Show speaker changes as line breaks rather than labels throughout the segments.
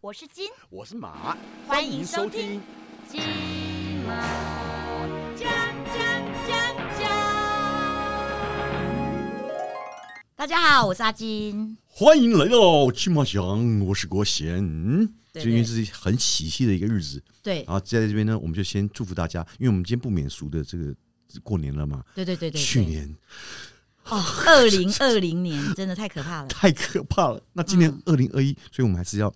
我是金，
我是马，
欢迎收听。金马奖奖奖奖。大家好，我是阿金。
欢迎来到金马奖，我是国贤。
对
今天是很喜气的一个日子，
对
然后在这边呢，我们就先祝福大家，因为我们今天不免俗的这个过年了嘛。
对对对对对，
去年
哦，二零二零年 真的太可怕了。
太可怕了，那今年
嗯
二零二一，所以我们还是要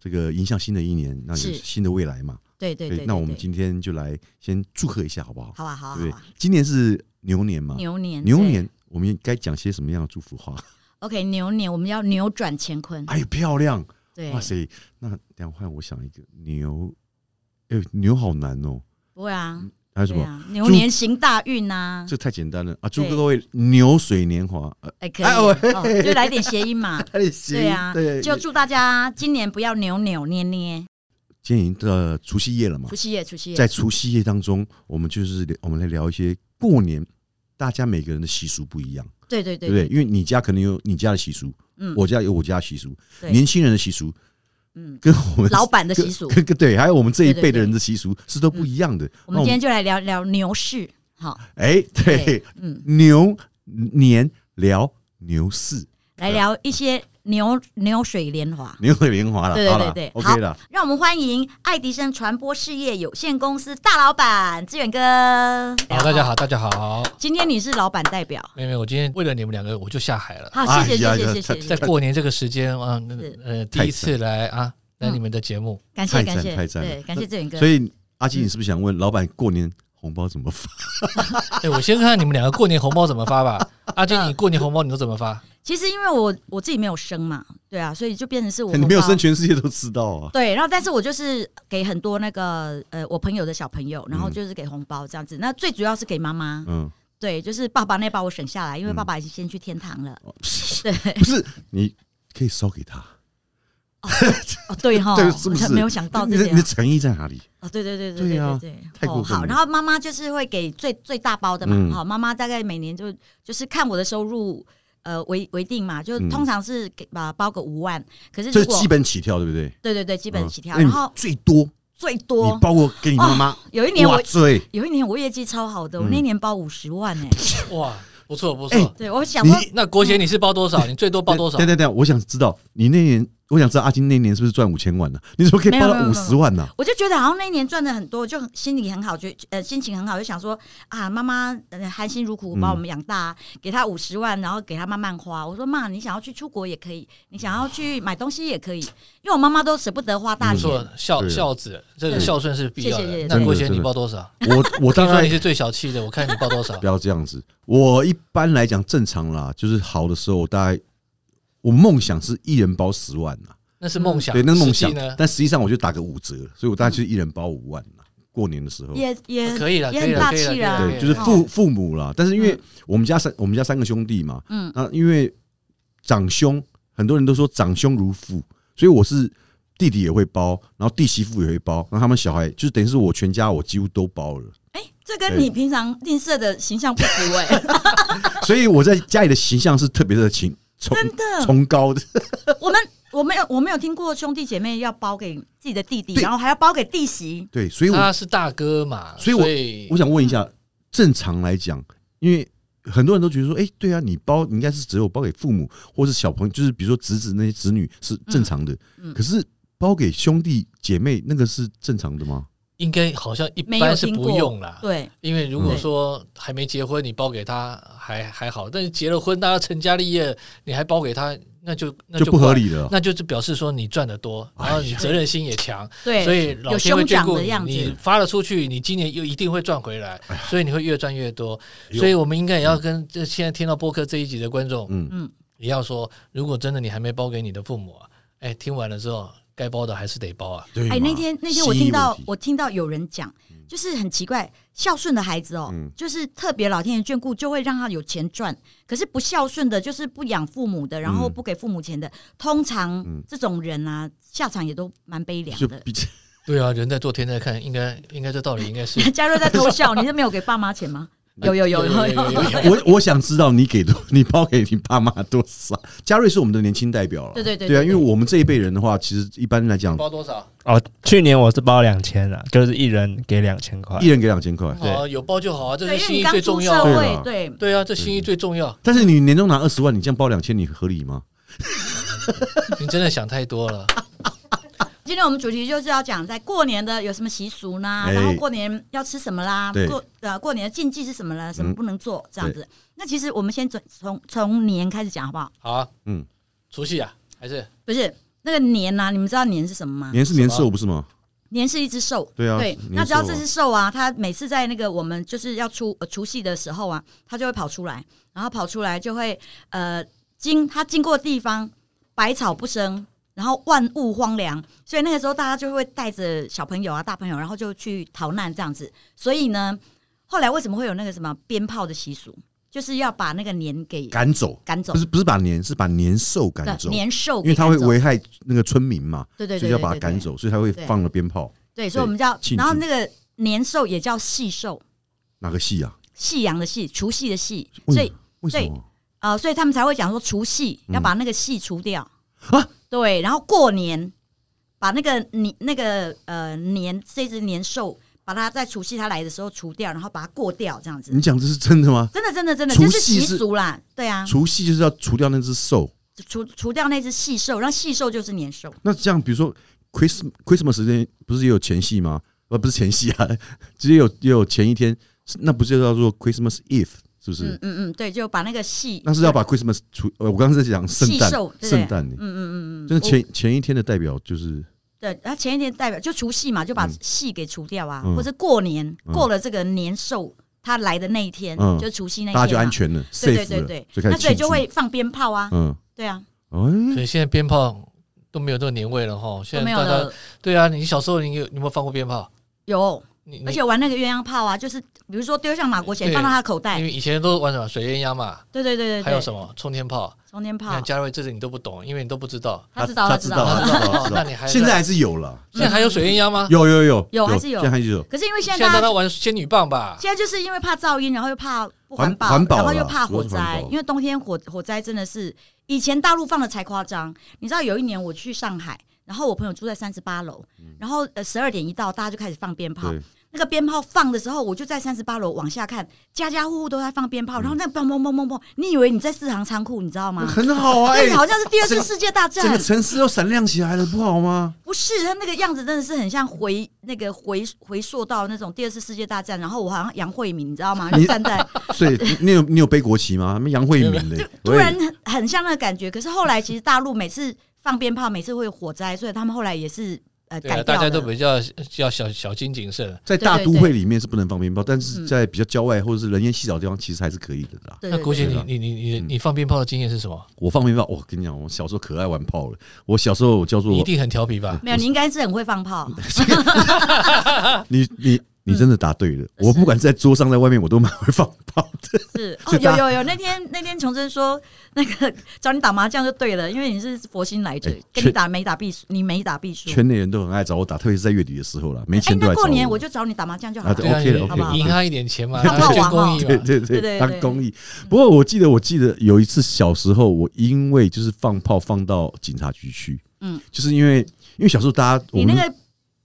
这个迎向新的一年，那有
是
新的未来嘛。
对对对
所以
对，
哎那我们
对
今天就来先祝贺一下，好不好？
好啊好啊
对不
好
对
啊，？
今年是牛年嘛，
牛年
牛
对
年我们该讲些什么样的祝 福话？
，OK，牛年我们要扭转乾坤。
哎，漂亮！
对
哇，塞，那等一下换我想一个牛，哎、牛好难哦、
不会啊，
还有什
对
么？
啊，牛年行大运呐。
这太简单了啊！祝
对
各位牛水年华，呃，
哎，可以，
哎
哦就来点谐音嘛。
太 行
对啊，就祝大家今年不要扭扭捏捏。
今天已经的除夕夜了嘛
除，夕夜，除夕夜，
在除夕夜当中，我们就是我们来聊一些过年，大家每个人的习俗不一样，
对对对
对不对？因为你家可能有你家的习俗，
嗯
我家有我家的习俗，
对
年轻人的习俗
嗯，
跟我们
老板的习俗。
跟跟对，还有我们这一
对对
辈
对
的人的习俗是都不一样的。
我们今
那
天就来聊聊牛市，好，
哎，对，，
嗯，
牛年聊牛市，
来聊一些牛牛水年华。
牛水年华了，
对对
啊好了
对对好
，OK 了。
让我们欢迎爱迪生传播事业有限公司大老板志远哥。
好，大家好，大家好。
今天你是老板代表，
妹妹，我今天为了你们两个，我就 下海了。
好，
哎
谢谢
呀
谢
呀
谢谢
在
谢，
过年这个时间啊，那
是嗯
呃，第
太
一次来啊，来你们的节目，
感谢
太
感谢，
赞太赞了
对，感谢志远哥
所。以阿基，你是不是想问老板过年红包怎么发？
哎，我先看看你们两个过年红包怎么发 吧。阿金，你过年红包你都怎么发？
其实因为我我自己没有生嘛，对啊，所以就变成是我
你没有
红包
生，全世界都知道啊。
对，然后但是我就是给很多那个呃我朋友的小朋友，然后就是给红包这样子。那最主要是给妈妈，
嗯，
对，就是爸爸那把我省下来，因为
嗯
爸爸已经先去天堂了。
哦 不是，你可以烧给他，
哦，对哈，
对，是不是？
没有想到
你
这
的你
点
的诚意在哪里？
哦，对对对
对
对
啊
对，
太
哦
过分
好。
了
然后妈妈就是会给最最大包的嘛，
嗯
好，妈妈大概每年就就是看我的收入。呃，为为定嘛，就
嗯
通常是给把包个五万，可是
这
如
是
果
基本起跳，对不对？
对对对基本
嗯
起跳，
那你
然后
最多
最
你
多
包括给你妈妈，
有一年
哇嗯
我
塞！
有一年我业绩超好的，我那年包五十万哎，
哇，不错不
哎
错。
对我想说
你
那国贤你是包多少？你最多包多少
对？对对，我想知道你那年，我想知道阿金那年是不是赚五千万呢？你怎么可以包
没有没有
到
没有
五十万呢？
我就觉得好像那一年赚的很多，就很心里很好，就呃心情很好，就想说啊，妈妈呃含辛茹苦把我们养大，
嗯
给她五十万，然后给她慢慢花。我说妈，你想要去出国也可以，你想要去买东西也可以，因为我妈妈都舍不得花大
不
钱。
错，孝
对
孝子，这个
对
孝顺是必要
谢谢谢谢
的。
真
那
的
国贤
真
你
的
包多少？
我我
听
当
说
然
你是最小气的，我看你包 多少
不。要这样子。我一般来讲正常啦，就是好的时候，我大概我梦想是一人包十万呐，
那是梦想，
对，那是梦
实
想
际呢。
但实际上我就打个五折，所以我大概就是一人包五万啦。过年的时候，
也也
啊可以了，
也
可以
很
了
大
可以
气
了
啦
可以
对，
了
就是
哦
父父母啦。但是因为
嗯
我们家三我们家三个兄弟嘛，
嗯
那因为长兄，很多人都说长兄如父，所以我是弟弟也会包，然后弟媳妇也会包，然后他们小孩就是等于是我全家我几乎都包了，
哎、这跟你平常吝啬的形象不符哎、
所以我在家里的形象是特别的清崇
真 的，
崇高的。
我们我没有我没有听过兄弟姐妹要包给自己的弟弟，
对
然后还要包给弟媳，
对，所以我
他是大哥嘛，
所以
以
我想问一下，正常来讲，因为很多人都觉得说，哎、对啊，你包你应该是只有包给父母或是小朋友，就是比如说侄子那些子女是正常的，
嗯嗯
可是包给兄弟姐妹那个是正常的吗？
应该好像一
没有
般是
听
不
过
用啦。
对，
因为如果说还没结婚，你包给他还还好，但是结了婚，大家成家立业，你还包给他，那就那
不合
怪，
理了。哎
那就是表示说你赚得多，然后你责任心也强，
对
所以老
有
天会
兄
眷
长
顾
的
你
样，子
你发了出去，你今年又一定会赚回来，
哎
所以你会越赚越多。所以我们应该也要跟这现在听到播客这一集的观众，
嗯
嗯
嗯，也要说，如果真的你还没包给你的父母啊，哎，听完了之后，该包的还是得包啊。
对嘛，
哎，那天那天我
心意
听到
问题
我听到有人讲，就是很奇怪，孝顺的孩子哦，
嗯
就是特别老天爷眷顾，就会让他有钱赚。可是不孝顺的，就是不养父母的，然后
嗯
不给父母钱的，通常
嗯
这种人啊，下场也都蛮悲凉
就
的。
比
对啊，人在做天在看，应该应该这道理应该是
嘉瑞在偷笑，你是没有给爸妈钱吗？有有 有有有，
有有
我我想知道你给多， 你包给你爸妈多少？嘉瑞是我们的年轻代表了，
对对对
对啊，
对
因为我们这一辈人的话，其实一般来讲，
包多少？
哦，去年我是包两千啊，就是一人给两千块
一。人给两千块，
对
哦，有包就好啊，这
对，
是
因为
心
你
意
刚
最
出
重
社
要
对
啊。
会
啦，
对，
对啊，这心意最重要。
但是你年终拿二十万，你这样包两千，你合理吗？
你真的想太多了。
今天我们主题就是要讲在过年的有什么习俗呢？
哎
然后过年要吃什么啦
对？
过呃过年的禁忌是什么了？什么
嗯
不能做？这样子。那其实我们先从从从年开始讲好不好？
好啊，
嗯，
除夕啊，还是
不是那个年呐、你们知道年是什么吗？
年是年
什
兽不是吗？
年是一只兽。
对啊，
对，那
年
只要
兽
这
啊
只兽啊，它每次在那个我们就是要出呃除夕的时候啊，它就会跑出来，然后跑出来就会呃经它经过的地方百草不生，然后万物荒凉，所以那个时候大家就会带着小朋友啊、大朋友，然后就去逃难这样子。所以呢，后来为什么会有那个什么鞭炮的习俗，就是要把那个年给
赶走，
赶走
不，是不是把年是把年兽赶走
对，，年兽
因
给
为
赶
它
走，
会危害那个村民嘛，
对对
所
对对
以要把它赶
对
走，所以才会
对
放了鞭炮。
对，所以我们叫
庆祝
然后那个年兽也叫细兽，
哪个戏啊？
夕阳的夕，除夕的夕，
为
所以。
为
所以
什么？
呃，所以他们才会讲说除夕
嗯
要把那个夕除掉、
啊
对，然后过年把那个年那个呃年这只年兽，把它在除夕它来的时候除掉，然后把它过掉，这样子。
你讲这是真的吗？
真的，真的，真的，
除
这
夕
是习
是
俗啦，对啊，
除夕就是要除掉那只兽，
除除掉那只细兽，让细兽就是年兽，
那这样比如说 Christmas Christmas 时间不是也有前戏吗？呃，不是前戏啊，直接有也有前一天，那不就叫做 Christmas Eve 是不是？
嗯嗯嗯，对，就把那个细，
那是要把 Christmas 除呃，我刚刚在讲圣诞
细兽，对不对
圣诞呢，
嗯嗯嗯嗯，
就是
我
前前一天的代表就是
对，然后前一天代表就除夕嘛，就把戏给除掉啊，
嗯
或者过年、
嗯
过了这个年兽它来的那一天，
嗯
就除夕那一天嘛，啊
大家就安全了
对对
，safe
对
了，
对，
就开
那
始
所以
庆
就
祝。
会放鞭炮啊，
嗯，
对啊，
哎，
所以现在鞭炮都没有这个年味了哈。
都
现
没
在
有
啊大家
了，
对啊，你小时候你有你有没有放过鞭炮？
有，
你
而
你
且玩那个鸳鸯炮啊，就是比如说丢向马国贤
对
放到他口袋
因，为以前都玩什么水鸳鸯嘛，
对对对对
还有什
对，
么冲天炮？
冲天
你
炮
看，嘉瑞这是你都不懂，因为你都不知道。
他知道
他
知
道，
道，
哎他知道，他知
哦那
道。
你还
现在还是有了，
现在还有水鸳鸯吗？
有有有
有还是有
现在还是有。
可是因为嗯现在
现
大
在大
家
家玩仙女棒吧？
现在就是因为怕噪音，然后又怕不环保，
环环保啦
然后又怕火
主要是环
灾
保，
因为冬天火火灾真的是以前大陆放的才夸张。你知道有一年我去上海，然后我朋友住在三十八楼，
嗯
然后呃十二点一到，大家就开始放鞭炮
对。
那个鞭炮放的时候，我就在三十八楼往下看，家家户户都在放鞭炮，然
嗯
后那砰砰砰砰砰，你以为你在四行仓库，你知道吗？
很好啊， 哎
对，，好像是第二次
整
世界大
整个
战，
城市都闪亮起来了，不好吗？
不是他那个样子，真的是很像回那个回回溯到那种第二次世界大战，然后我好像杨慧敏，你知道吗？就
你
站 在
所以你有你有背国旗吗？他们杨惠敏的，
突然很很像那个感觉。可是后来其实大陆每次放鞭炮，每次会有火灾，所以他们后来也是呃
对啊，
改
大
掉
家
了。
都比较要小小精谨慎。
在大都会里面是不能放鞭炮，但
嗯
是在比较郊外或者是人烟稀少的地方，其实还是可以的啦。
对
那
对
郭姐，
对，
你你你你
嗯
你放鞭炮的经验是什么？
我放鞭炮，我跟你讲，我小时候可爱玩炮了。我小时候我叫做
你一定很调皮吧？
没有，你应该是很会放炮，
你你你真的答对了。我不管是在桌上在外面，我都蛮会放炮的。
是哦，
就
有
大
有有。那天那天琼珍说，那个找你打麻将就对了，因为你是佛心来着
哎，
跟你
全
打没打必输，你没打必输。
圈内人都很爱找我打，特别是在月底的时候啦，没钱都
哎那
来找
过年我
我。
就找你打麻将就好
啊
了
对。
对啊，
OK 了
你
OK 了
你赢他一点钱嘛，
当
他
炮
捐
王
公益
哦
对
嘛。
对
对对
对，当公益。不过我记得，我记得有一次小时候，我因为就是放炮放到警察局去，
嗯
嗯，就是因为因为小时候大家我
你
们
那个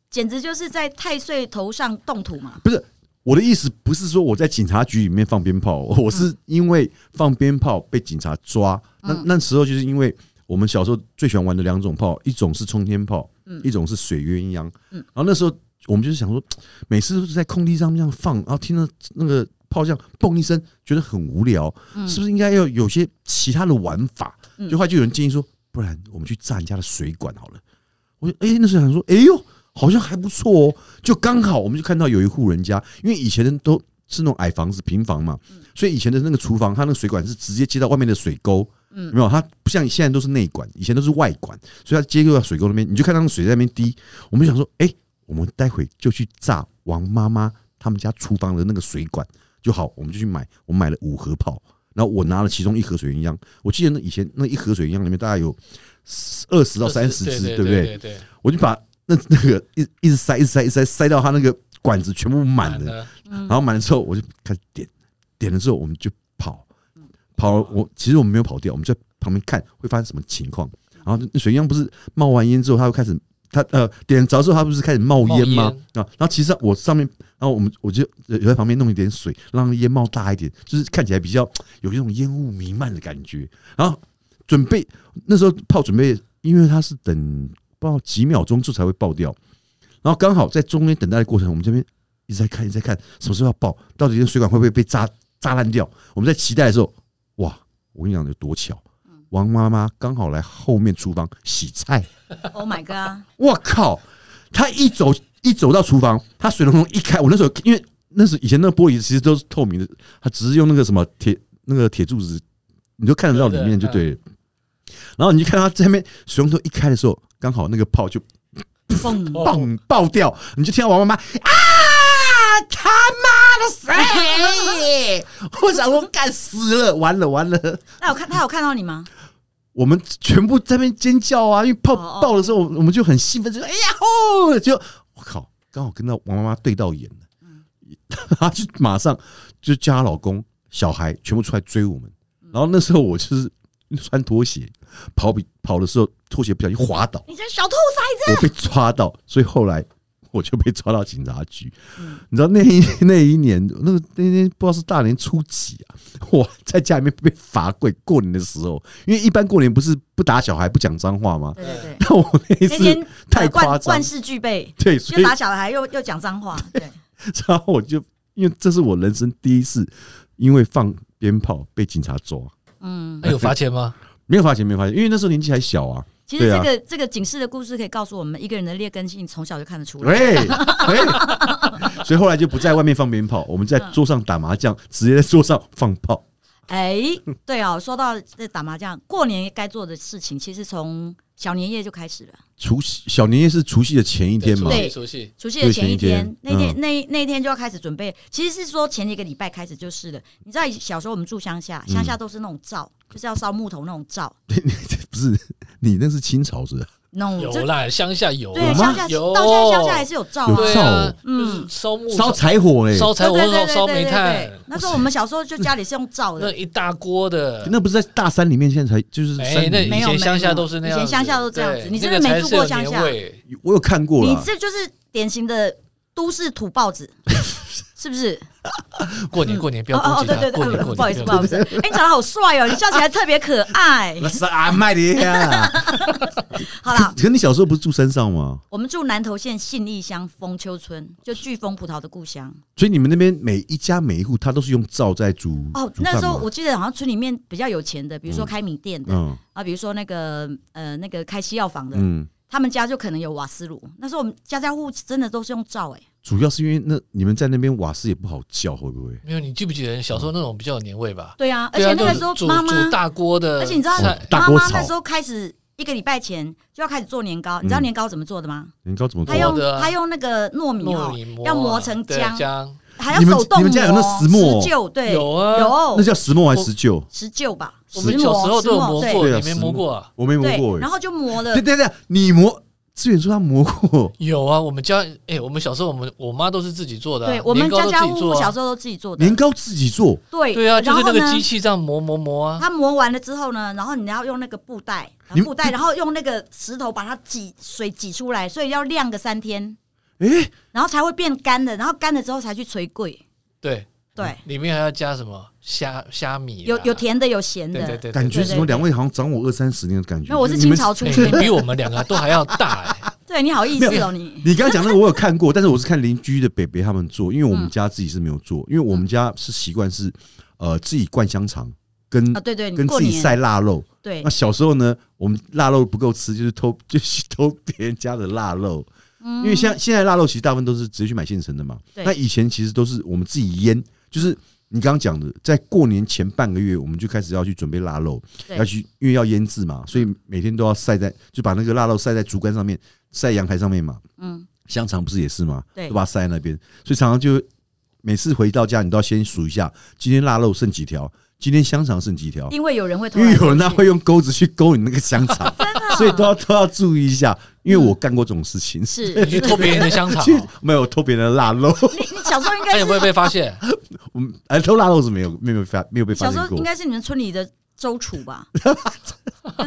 简直就是在太岁头上动土嘛。
不是我的意思，不是说我在警察局里面放鞭炮， 我是因为放鞭炮被警察抓。
嗯
那那时候就是因为我们小时候最喜欢玩的两种炮，一种是冲天炮，
嗯
一种是水鸳鸯。
嗯
然后那时候我们就是想说，每次都是在空地上这样放，然后听到那个炮这样嘣一声，觉得很无聊，
嗯
是不是应该要有些其他的玩法？
嗯
就后来就有人建议说，不然我们去炸人家的水管好了。我就哎、那时候想说，哎呦，好像还不错哦。就刚好我们就看到有一户人家，因为以前的都是那种矮房子、平房嘛，所以以前的那个厨房，它那个水管是直接接到外面的水沟。
嗯
有没有，它不像现在都是内管，以前都是外管，所以它接入到水沟那边，你就看到那个水在那边滴。我们就想说，哎、我们待会就去炸王妈妈他们家厨房的那个水管就好，我们就去买，我买了五盒炮，然后我拿了其中一盒水鸳鸯，我记得那以前那一盒水鸳鸯里面大概有二 十到三十
对
只，
对
对不
对
对？？
对对，
我就把那那个一一直塞，一直塞，一直塞，塞到它那个管子全部满
满
了。
了。
嗯
然后满了之后，我就开始点点了之后我们就跑，跑
嗯
我其实我们没有跑掉，我们在旁边看会发生什么情况。然后那水样不是冒完烟之后，他会开始他呃点着之后，他不是开始冒烟吗？
冒烟
啊，然后其实我上面，然后我们我就呃有在旁边弄一点水，让烟冒大一点，就是看起来比较有一种烟雾弥漫的感觉。然后准备那时候炮准备，因为它是等不知道几秒钟之后才会爆掉，然后刚好在中间等待的过程，我们这边一直在看，一直在看什么时候要爆，到底这个水管会不会被炸炸烂掉？我们在期待的时候，哇！我跟你讲有多巧，王妈妈刚好来后面厨房洗菜，
Oh my god！
我靠！她一走一走到厨房，她水龙头一开，我那时候因为那时候以前那个玻璃其实都是透明的，她只是用那个什么铁那个铁柱子，你就看得到里面就对了。然后你就看她这边水龙头一开的时候，刚好那个炮就
嘣！
爆爆掉，你就听到王妈妈啊，他妈的谁？哎我想说干死了，完了完了。
那有看 他有看到你吗？
我们全部在那边尖叫啊，因为爆
哦哦
爆的时候，我我们就很兴奋，就说哎呀吼！就我靠，刚好跟到王妈妈对到眼了，她就马上就叫她老公、小孩全部出来追我们。然后那时候我就是穿拖鞋跑比跑的时候，拖鞋不小心滑倒，
你这小兔崽
我被抓到，所以后来我就被抓到警察局。
嗯
你知道那一 那一年，那个那天不知道是大年初几啊， 我在家里面被罚跪。过年的时候，因为一般过年不是不打小孩、不讲脏话吗
子！？对对对，
但我那一
那天
次太
呃
夸
万
张
万，事俱备，
对，所
又
以
打小孩，又又讲脏话，对，
然后我就因为这是我人生第一次因为放鞭炮被警察抓，
嗯。
啊
那有罚钱吗？
没有罚钱，没有罚钱，因为那时候年纪还小啊。
其实
对
这
啊
个、这个警示的故事可以告诉我们，一个人的劣根性从小就看得出来。
喂， 喂，所以后来就不在外面放鞭炮，我们在桌上打麻将，直接在桌上放炮。
哎、对哦，说到这打麻将，过年该做的事情，其实从小年夜就开始了。
除夕小年夜是除夕的前一天嘛，
对
熟悉。
除夕的前一天，嗯
对前一
那
天
天、那那一天就要开始准备，其实是说前一个礼拜开始就是了。你知道小时候我们住乡下，乡下都是那种灶，就是要烧木头那种灶，
不是你那是清朝是吧？
那种
有
就
啦，乡下有啊
对
有
乡
吗
下
有
到现在乡下还是有灶啊，
有
对啊，
嗯
嗯，烧木
烧柴火嘞、
烧柴火
对对对
烧
对
烧煤
对对
炭
对，那时候我们小时候就家里是用灶
那
的，
一大锅的，
那不是在大山里面，现在才就是山
哎
里，
那以
没
面。
有
前乡
没
下
有
都是那样子，
以前乡下都这样子
对
你真
那
的
个
没
才
住
是
过
有
乡
年
下
味
我有看过
你
啦。
这就是典型的都市土包子，是不是？
过年过年不
哦
要
哦
攻
哦，
击
对
他，
对
过
对，
年
呃
过年
不好意思
要
不好意 思，哎，你长得好帅哦，你笑起来特别可爱。
那是阿麦的呀。
好啦，
可你小时候不是住山上吗？
我们住南投县信义乡丰丘村，就巨峰葡萄的故乡。
所以你们那边每一家每一户，他都是用灶在煮
哦，
煮
那
饭
时候
吗
我记得好像村里面比较有钱的，比如说开米店的、
嗯
啊，比如说那个呃那个开西药房的，
嗯，
他们家就可能有瓦斯炉。那时候我们家家户户真的都是用灶哎、
主要是因为那你们在那边瓦斯也不好叫，会不会？
没有，你记不记得小时候那种比较有年味吧？
对啊，而
对啊
且那个时候
就是煮
妈妈，
煮大锅的，
而且你知道
菜
大
妈
锅
妈
炒
那时候开始一个礼拜前就要开始做年糕，你知道
嗯
年糕怎么做的吗？
你知道怎么做
她
吗？
用
的啊
她用那个糯米
糯
哦
米，磨啊
要磨成
对
浆，
浆
还要
你们
手动哦
你们家有那石磨
石臼对，
有啊
那叫石磨还是石臼？
石臼吧，
我们
石
小
磨
时候都有磨
石
过，
对啊
你没磨过啊？
我没磨
对
过
对，
哎
然。后就磨了
对。对对，你磨志远说他磨过，
有啊，我们家哎，我们小时候我们我妈都是自己做的啊，
对，我们
年糕
家
都
家
自己
户
做
户
啊
小时候都自己做的
年。糕自己做，
对
对啊，就
然
是
后
那
呢，
个机器这样磨磨磨啊，
它磨完了之后呢，然后你要用那个布袋，然
你
后布袋，然后用那个石头把它挤水挤出来，所以要晾个三天，
哎，
然后才会变干的，然后干了之后才去捶柜。
对，
对，
里面还要加什么虾虾米啦，
有有甜的，有咸
对
的。
啊对对对，
感觉
对
怎么
对
两位好像长我二三十年的感觉。
没有，我是
你
清
们
朝出
哎
身
你比
的。
我们两个都还要大哎，
对你好意思哦，你
你刚刚讲那个我有看过，但是我是看邻居的北北他们做，因为我
嗯
们家自己是没有做，因为我们家是习惯是呃自己灌香肠跟
啊，对对，你
跟
过
自己
年
晒腊肉。
对
那，小时候呢，我们腊肉不够吃，就是偷 就去偷别人家的腊肉，因为现在现在腊肉其实大部分都是直接去买现成的嘛。
嗯对
那以前其实都是我们自己腌，就是你刚刚讲的，在过年前半个月我们就开始要去准备腊肉，
对
要去因为要腌制嘛，所以每天都要晒在就把那个腊肉晒在竹竿上面，晒阳台上面嘛。
嗯，
香肠不是也是吗？
对
都把它晒在那边，所以常常就每次回到家，你都要先数一下今天腊肉剩几条，今天香肠剩几条，
因为有人会偷
因为
来
有人
偷
他
去啊
会用钩子去勾你那个香肠，所以都要都要注意一下。因为我干过这种事情，
嗯是
哎你去偷别人的香肠、
其实
哦，哎
没有偷别人的腊肉，
你你小时候应
那
哎
该
有没有
是
被发现？
嗯，哎，偷腊肉是没有没有发没有被发
小时
现
候应
过，
该是你们村里的周楚 吧？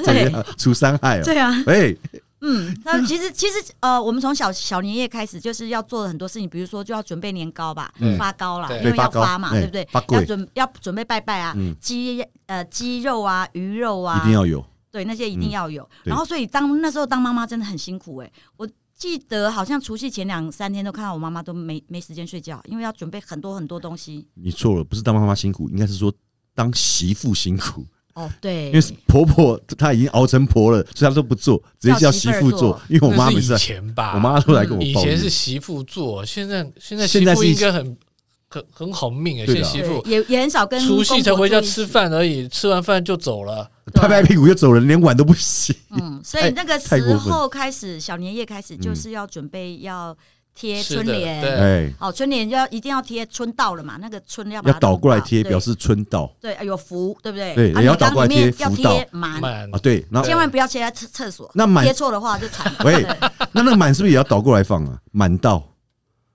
对
除伤害哦。
对啊，
哎，
嗯，那其实其实呃，我们从小小年夜开始，就是要做很多事情，比如说就要准备年糕吧，
嗯
发糕啦，
对
因为要
对发
发
糕
嘛，
哎
对不对
发？粿
要准要准备拜拜啊
嗯，
鸡呃鸡肉啊，鱼肉啊
一，定要有，
对那些一
嗯
定要有。
对
然后所以当那时候当妈妈真的很辛苦哎、我记得好像除夕前两三天都看到我妈妈都没没时间睡觉，因为要准备很多很多东西。
你错了，不是当妈妈辛苦，应该是说当媳妇辛苦，
哦，对，
因为婆婆她已经熬成婆了，所以她都不做，直接叫媳妇做。因为我妈
那
每
是
次
以
来，
前吧，嗯
我妈都来跟我
以
抱
前
怨，
是媳妇做，现在现在
现
媳
在
妇
是
应该很很很好命哎，
对
现在
的
媳
对
妇
也也很少跟
除夕才回家吃
饭。
饭而已，吃完饭就走了。
对
拍拍屁股就走人，连碗都不洗。
嗯，所以那个
太
时
过分嗯
候开始，小年夜开始就是要准备要贴
是
春
的对
联。
哎，
哦，春联要一定要贴春到了嘛，那个春要把
要
它
倒过来
弄大
贴，
对
表示春到
对啊有福，对不对？
对
啊
也要
你刚
倒过来
里面
贴
要
福到
贴满，
满
啊。对，然后
千万不要贴在厕厕所，
那满
贴错的话就惨 了。
喂
对，
那那个满是不是也要倒过来放啊？满到，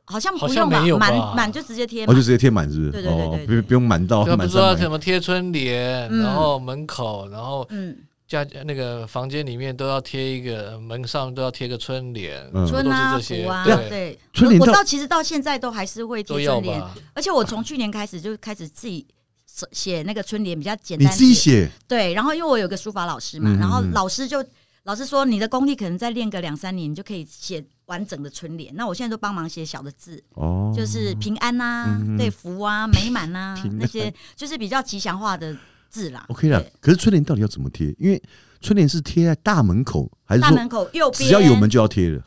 好像
好
不
像
用吧
没有，吧
满满就直接贴
我
满
哦就。直接贴满，是不
对
是？
对对
哦
对，
不用不用满到
他不
满
是说
上
怎
满。
么贴春联，
嗯
然后门口，然后
嗯，
家那个房间里面都要贴一个，门上都要贴个春联，
嗯
春啊
都是这些
福啊，
对
对。
春联
我我
到
到其实到现在都还是会
都
贴
要
春联，
吧？
而且我从去年开始就开始自己写写那个春联，比较简
你
单。
自己写，
对，然后因为我有个书法老师嘛，
嗯嗯
然后
嗯
老师就老师说你的功力可能再练个两三年，你就可以写完整的春联。那我现在都帮忙写小的字，
哦，
就是平安呐、
嗯嗯
对福啊、美满呐、
平安
那些，就是比较吉祥化的字啦。
OK 啦
对。
可是春联到底要怎么贴？因为春联是贴在大门口，还是
大门
说
口右边
只要有门就要贴的？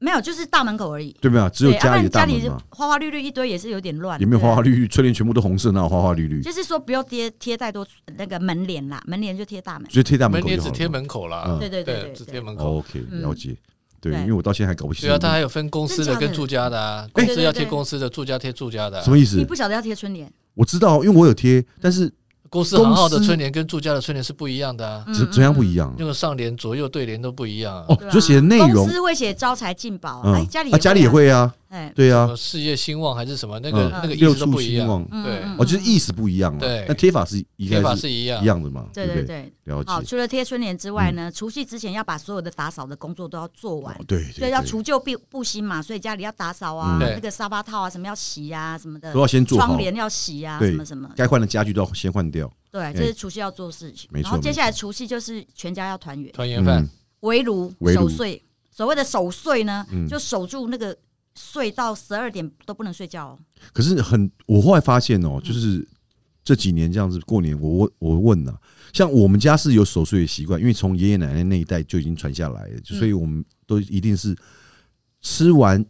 没有，就是大门口而已。
对没有？只有
对，要
家
不
里
然
的
家
大门
里
嘛，
花花绿绿一堆也是有点乱。
也没有
对
花
啊
花绿绿，春联全部都红色，那花花绿绿，
就是说不要贴贴太多那个门帘啦，门帘就贴大门。
就贴大门
门
口
帘
就
只
好
贴
了。
门口啦
嗯，哦
对对对对
对，只贴门口。
OK，
嗯
了解。对，
对
因为我到现在还搞不清
对啊，
楚
它还有分公司的
真假的
跟住家的啊，
哎
公司要
对
贴
对对
公司的，住家贴住家的啊
什。么意思
你。不晓嗯得要贴春联，
我知道，因为我有贴，但是
公司行号的
公司
春联跟住家的春联是不一样的啊，
怎怎样不一样啊？
那个上联左右对联都不一样啊
哦。
嗯对啊，
就写内容
公司会写招财进宝啊，哎，
嗯，
家里
啊家里也
啊，
会啊，
哎，
对
什
啊
么，事业兴旺还是什么，那个
嗯
那个意
六
思都
畜
不一
兴
样，
旺，
嗯
对
嗯
哦，就是
嗯
意思不一样啊。
对
那贴法是应
贴法
该
是
是一
一样。
样的嘛，
对
不
对？对，
了解哦
好，，除了贴春联之外呢，除夕之前要把所有的打扫的工作都要做完
嗯哦，对对
对，要除旧布布新嘛，所以家里要打扫啊，
嗯
对
那个沙发套啊什么要洗啊，什么的
都，要先做好
窗，帘要洗啊，
对
什么什么，
该换的家具都要先换掉。
对，这是除夕要做事情。
没
然
错
后接下来除夕就是全家要团圆，
团圆饭
嗯，
围炉
围
守
炉
岁，所谓的守岁呢
嗯，
就守住那个岁到十二点都不能睡觉哦。
可是很，我后来发现
嗯
哦，就是这几年这样子过年，我问我问了、啊像我们家是有守岁的习惯，因为从爷爷奶奶那一代就已经传下来了，
嗯
就所以我们都一定是吃完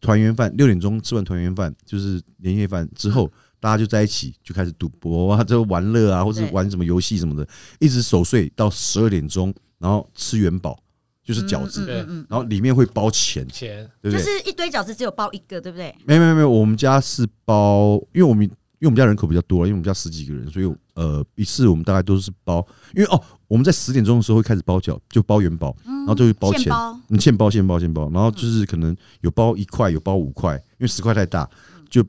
团圆饭，六点钟吃完团圆饭，就是年夜饭之
嗯
后。大家就在一起，就开始赌博啊，这玩乐啊，或者
对
玩什么游戏什么的，一直守岁到十二点钟，然后吃元宝，就是饺子，
对
嗯
然后里面会包钱，
钱
对不
就
对？
是一堆饺子只有包一个，对不对？
没有没有没有，我们家是包，因为我们因为我们家人口比较多，因为我们家十几个人，所以呃一次我们大概都是包，因为哦我们在十点钟的时候会开始包饺，就包元宝，
然
嗯然后就会包
现
钱，
嗯包，
嗯，现包现包现包，然后就是可能有包一块，有包五块，因为十块太大，就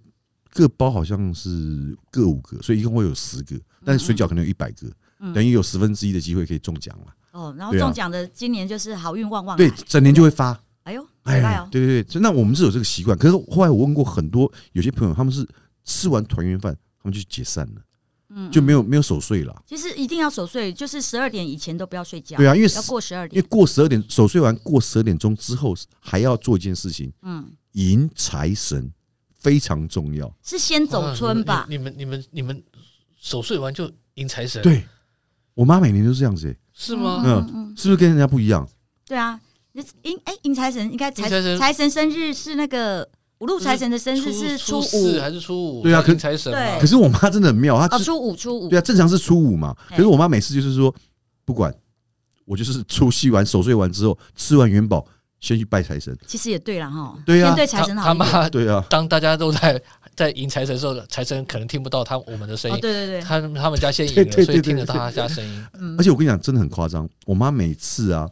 各包好像是各五个，所以一共会有十个，但是水饺可能有一百个，
嗯
等于有十分之一的机会可以中奖了，
哦，然后
对啊
中奖的今年就是好运旺旺来
对，，整年就会发。
哎呦，拜拜
哎
哦，，
对对对，就那我们是有这个习惯。可是后来我问过很多有些朋友，他们是吃完团圆饭，他们就解散了，
嗯，
就没有没有守岁了。
其实一定要守岁，就是十二点以前都不要睡觉。
对啊，因为
要过十二
因为
点。
过十二点守岁完，过十二点钟之后还要做一件事情，
嗯，
迎财神非常重要。
是先走村吧
啊。你们你们你们你们守岁完就迎财神，
对，我妈每年都是这样子、欸，
是吗？
嗯嗯，
是不是跟人家不一样？
对啊，你迎哎迎财神应该财
迎财神
财神生日是那个五路财神的生日是
初
初
四
五
还是初五？
对啊可
迎财神嘛
对
可是我妈真的很妙，她
嗯哦，
就是
初五初五
对啊，正常是初五嘛。
哎
可是我妈每次就是说，不管我就是除夕完守岁完之后，吃完元宝先去拜财神。
其实也对了哈。
对啊
先对财
他
神好
他
一点。
妈
对啊，
当大家都在 在迎财神的时候，财神可能听不到他我们的声
哦，
音，
对对对，
他他们家先
对
赢了，
对对
所以听
对
得到
对
他家声音。
嗯
而且我跟你讲，真的很夸张。我妈每次啊，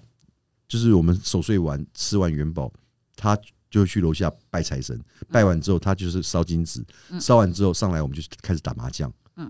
就是我们守岁完吃完元宝，他就去楼下拜财神，拜完之后他就是烧金纸，烧完之后上来我们就开始打麻将。
嗯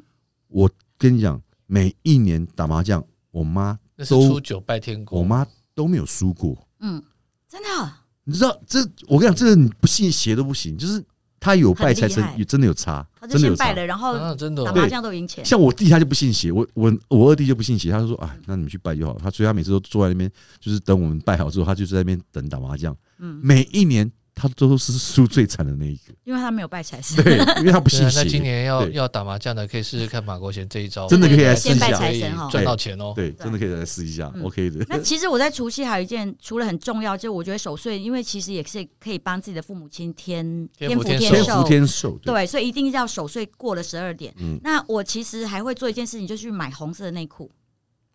我跟你讲，每一年打麻将，我妈
那是初
都
九拜天公，
我妈都没有输过。
嗯，真的，
你知道这？我跟你讲，这个你不信邪都不行，就是他有拜财神
很厉害，
也真的有差
他，就
真的有
先拜。
差
了，然后
啊，真的
打
哦、
麻将都赢钱。
像我弟他就不信邪，我我我二弟就不信邪，他就说啊，那你们去拜就好。他所以他每次都坐在那边，就是等我们拜好之后，他就在那边等打麻将。
嗯，
每一年他都是输最惨的那一 个，
因为他没有拜财神，
对，因为他不
对
信
啊，那今
邪，
年要
对
要打麻将的，可以试试看马国贤这一招，
真的可以来试
先
一
拜
下，
财
可以
神哈。
赚到钱哦。
对，真的可以来试一下
嗯
，OK
那
的。
其实我在除夕还有一件，除了很重要，就我觉得守岁，因为其实也是可以帮自己的父母亲添
天
福
福天
天
寿
福，天寿，对，
对，所以一定要守岁过了十二点。
嗯
那我其实还会做一件事情，就是去买红色的内裤，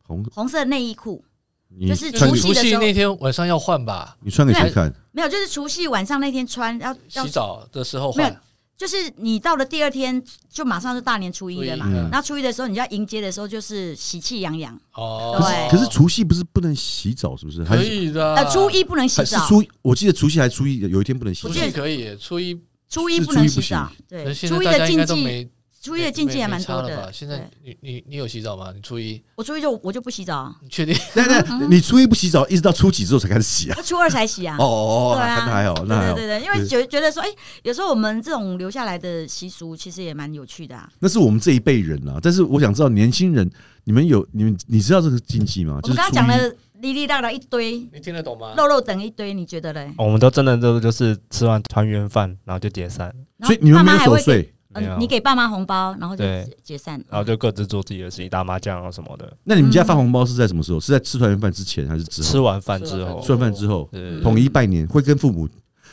红，
红色的内衣裤，
你
就是
穿
除
给
夕
除
的时
夕
候
那天晚上要换吧，
你穿给谁看？
没有，就是除夕晚上那天穿，要要
洗澡的时候
没有
换。
就是你到了第二天就马上就大年初一了嘛
初一嗯，
那初一的时候，你就要迎接的时候就是喜气洋洋。
哦，
对
可是除夕不是不能洗澡，是不是？还
可
是
以的啊，
呃，初一不能洗
还是
澡，
初一？我记得除夕还初一，有一天不能洗
初
我
澡
记。得
一可以，初一
初一
是
不能
初一不
洗澡，
可
对，
是现在
初一
大
的
家应
禁
该都
忌，
没
初一的禁忌也蛮多
没没差了吧
的。
现在
对
你你你有洗澡吗？你初一
我初一就我就不洗澡啊，
你确定？
对对，你初一不洗澡，一直到初几之后才开始洗啊？
我初二才洗啊
哦。哦，
嗯
哦
对啊
那还好，那还
对
好，
对对对，因为觉觉得说，哎，有时候我们这种留下来的习俗其实也蛮有趣的啊。
那是我们这一辈人啊。但是我想知道，年轻人，你们有你们，你知道这个禁忌吗？
我
啊就是
们刚
初
刚讲
一，啊
了哩哩啦啦一堆，
你听得懂吗？
肉肉等一堆，你觉得嘞？
哦
我们都真的都就是吃完团圆饭，然后就解散，
然
所
后
以你
爸
们
妈
没有
还
守
会给，
岁，啊
呃
没有
你给爸妈红包，然后就
对
解解散。
然后就各自做自己的事情，打麻将啊什么的。
那你们家发红包是在什么时候？是在吃团圆饭之前还是之
吃
后？
完饭之后
吃，完饭之后，
对
统一拜年，会跟父母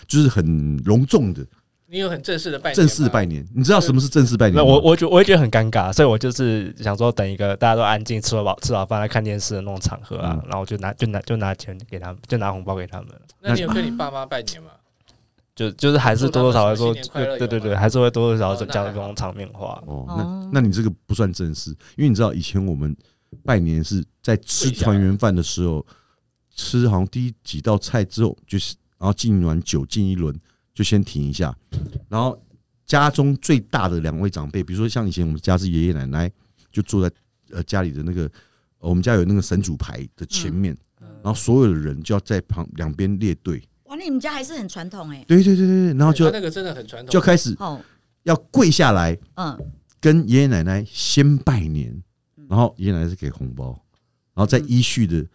就是很隆重的
你有很正式的拜年吗
正式拜年。你知道什么是正式拜年
那
吗？
我我觉我也觉得很尴尬，所以我就是想说等一个大家都安静吃了饱吃饱饭来看电视的那种场合啊，
嗯
然后我就拿就拿就拿钱给他们，就拿红包给他们了，
那你有跟你爸妈拜年吗？
就就是还是多多少少
祝他
说，
们新年快乐
对对对
有
对，
吗
还是会多多少
哦
少
那
讲
还
这
好
种场面话。
哦，
哦
那那你这个不算正式，因为你知道以前我们拜年是在吃
跪下
团圆饭的时候，吃好像第一几道菜之后，就是然后敬完酒敬一轮，就先停一下，然后家中最大的两位长辈，比如说像以前我们家是爷爷奶奶，就坐在呃家里的那个。呃我们家有那个神主牌的前面，然后所有的人就要在旁两边列队，
哇，那你们家还是很传统哎。
对对对对，对然后就
他那个真的很传统，
就开始
哦，
要跪下来，
嗯，
跟爷爷奶奶先拜年，然后爷爷奶奶是给红包，然后再依序的